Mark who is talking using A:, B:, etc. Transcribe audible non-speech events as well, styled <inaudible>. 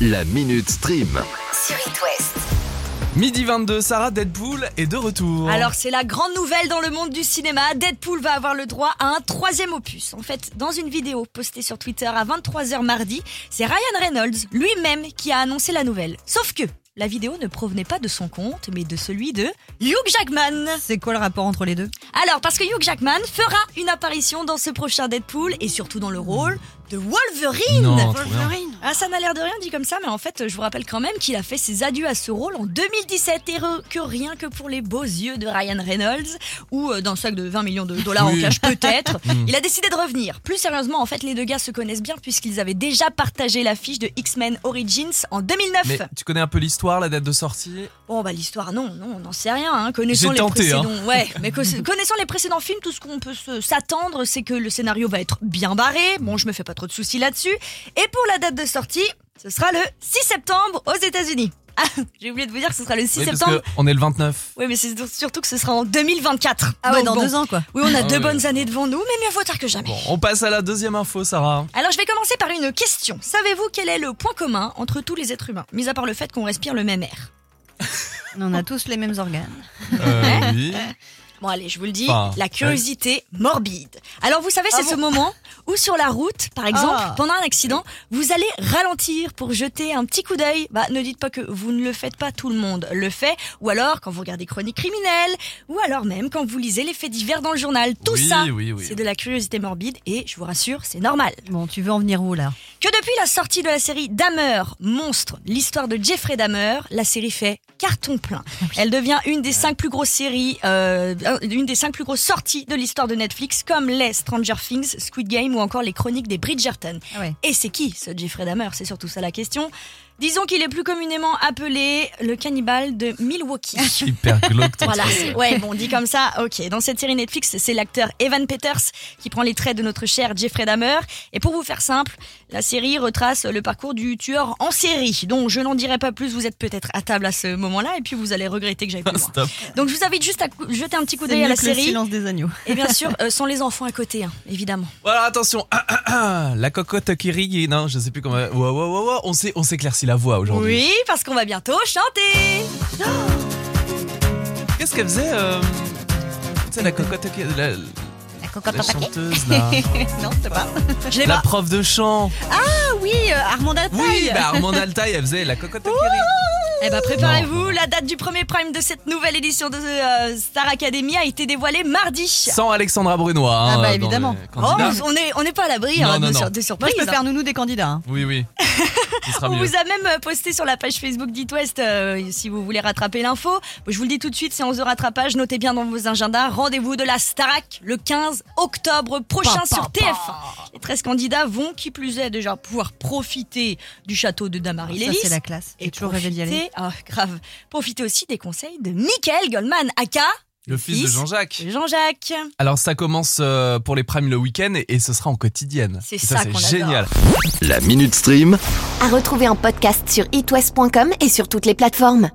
A: La Minute Stream.
B: sur It West.
C: Midi 22, Sarah Deadpool est de retour.
D: Alors c'est la grande nouvelle dans le monde du cinéma, Deadpool va avoir le droit à un troisième opus. En fait, dans une vidéo postée sur Twitter à 23h mardi, c'est Ryan Reynolds lui-même qui a annoncé la nouvelle. Sauf que la vidéo ne provenait pas de son compte, mais de celui de Hugh Jackman.
E: C'est quoi le rapport entre les deux
D: Alors parce que Hugh Jackman fera une apparition dans ce prochain Deadpool et surtout dans le rôle de Wolverine.
C: Non, trop bien.
D: Ah, ça n'a l'air de rien dit comme ça, mais en fait, je vous rappelle quand même qu'il a fait ses adieux à ce rôle en 2017 et re- que rien que pour les beaux yeux de Ryan Reynolds ou euh, d'un sac de 20 millions de dollars
C: Oui. Hmm.
D: en
C: <laughs>
D: cash peut-être, il a décidé de revenir. Plus sérieusement, en fait, les deux gars se connaissent bien puisqu'ils avaient déjà partagé l'affiche de X-Men Origins en 2009.
C: Mais tu connais un peu l'histoire, la date de sortie
D: Bon, bah l'histoire, non, non, on n'en sait rien. Hein. Connaissant
C: J'ai tenté,
D: les précédents,
C: <laughs>
D: ouais, mais que- connaissant les précédents films, tout ce qu'on peut se- s'attendre, c'est que le scénario va être bien barré. Bon, je me fais pas trop de soucis là-dessus. Et pour la date de sortie, ce sera le 6 septembre aux États-Unis. <laughs> Ah, j'ai oublié de vous dire que ce sera le 6
C: Oui, parce
D: septembre.
C: que on est le 29.
D: Oui, mais c'est surtout que ce sera en 2024.
E: Ah ouais,
D: Donc
E: dans
D: bon,
E: deux ans quoi.
D: Oui, on a
C: Ah
D: deux
C: ouais.
D: bonnes années devant nous, mais mieux vaut tard que jamais.
C: Bon, on passe à la deuxième info,
D: <laughs>
C: Sarah.
D: Alors je vais commencer par une question. Savez-vous quel est le point commun entre tous les êtres humains, mis à part le fait qu'on respire le même air
E: On a tous les mêmes organes.
C: Euh, oui.
D: Bon allez, je vous le dis,
C: Enfin,
D: la curiosité morbide. Alors vous savez, c'est ce moment où sur la route, par exemple,
E: Ah.
D: pendant un accident, vous allez ralentir pour jeter un petit coup d'œil. Bah ne dites pas que vous ne le faites pas, tout le monde le fait. Ou alors quand vous regardez Chronique criminelle, ou alors même quand vous lisez les faits divers dans le journal. Tout
C: Oui,
D: ça,
C: oui, oui.
D: c'est de la curiosité morbide et je vous rassure, c'est normal
E: Bon, tu veux en venir où là
D: que depuis la sortie de la série Dahmer, Monstre, l'histoire de Jeffrey Dahmer, la série fait carton plein.
E: Ah
D: Elle devient une des cinq plus grosses séries, euh, une des cinq plus grosses sorties de l'histoire de Netflix, comme les Stranger Things, Squid Game ou encore les Chroniques des Bridgerton.
E: Ah ouais.
D: Et c'est qui ce Jeffrey Dahmer C'est surtout ça la question. Disons qu'il est plus communément appelé le cannibale de
E: <laughs>
D: Milwaukee. <laughs>
C: Hyper glauque ton
D: Voilà,
C: truc.
D: c'est- ouais, bon, dit comme ça, ok. Dans cette série Netflix, c'est l'acteur Evan Peters qui prend les traits de notre cher Jeffrey Dahmer. Et pour vous faire simple, la série retrace le parcours du tueur en série. Donc, je n'en dirai pas plus, vous êtes peut-être à table à ce moment-là, et puis vous allez regretter que
C: <laughs>
D: j'aille plus loin.
C: Stop.
D: Donc, je vous invite juste à cou- jeter un petit coup d'œil à la
E: le
D: série.
E: silence des agneaux.
D: Et bien sûr, euh, sans les enfants à côté, hein, évidemment.
C: Voilà, attention. Ah, ah, ah, la cocotte qui rit. Non, je sais plus comment. Wow, wow, wow, wow. On s'est- on s'éclaircit la voix aujourd'hui.
D: Oui, parce qu'on va bientôt chanter.
C: Qu'est-ce qu'elle faisait euh, Tu sais, la cocotte qui. La, la
E: La cocotte
C: chanteuse,
D: <laughs>
C: là.
E: Non, c'est pas.
D: Je l'ai
C: la
D: pas.
C: prof de chant.
E: Ah oui, euh, Armand Altaï.
C: Oui, bah Armand Altaï, elle faisait la cocotte qui rit.
D: Eh ben, préparez-vous, la date du premier prime de cette nouvelle édition de euh, Star Academy a été dévoilée mardi.
C: Sans Alexandra Brunois. hein,
E: Ah bah,
C: dans
E: évidemment.
C: les
D: Oh,
C: candidats.
D: on n'est on n'est pas à l'abri
C: Non,
D: hein,
C: non,
D: de,
C: non.
D: sur- de
E: Moi,
D: surprises.
E: je peux faire nounou des candidats. hein.
C: Oui, oui. Ce sera
D: <laughs> On
C: mieux.
D: vous a même euh, posté sur la page Facebook d'It West euh, si vous voulez rattraper l'info. Je vous le dis tout de suite, séance de rattrapage, notez bien dans vos agendas. Rendez-vous de la Starac le 15 octobre prochain sur TF1. Les 13 candidats vont, qui plus est, déjà pouvoir profiter du château de Damary
E: Ça, c'est
D: Lélis.
E: la classe. J'ai toujours rêvé d'y aller.
D: profiter- ah, grave. Profitez aussi des conseils de Michael Goldman, aka
C: Le fils de
D: Fils.
C: Jean-Jacques.
D: Jean-Jacques.
C: Alors ça commence euh, pour les primes le week-end et, et ce sera en quotidienne.
D: C'est
C: Et
D: ça qu'on
C: c'est
D: adore.
C: génial.
A: La Minute Stream.
B: À retrouver en podcast sur itwest.com et sur toutes les plateformes.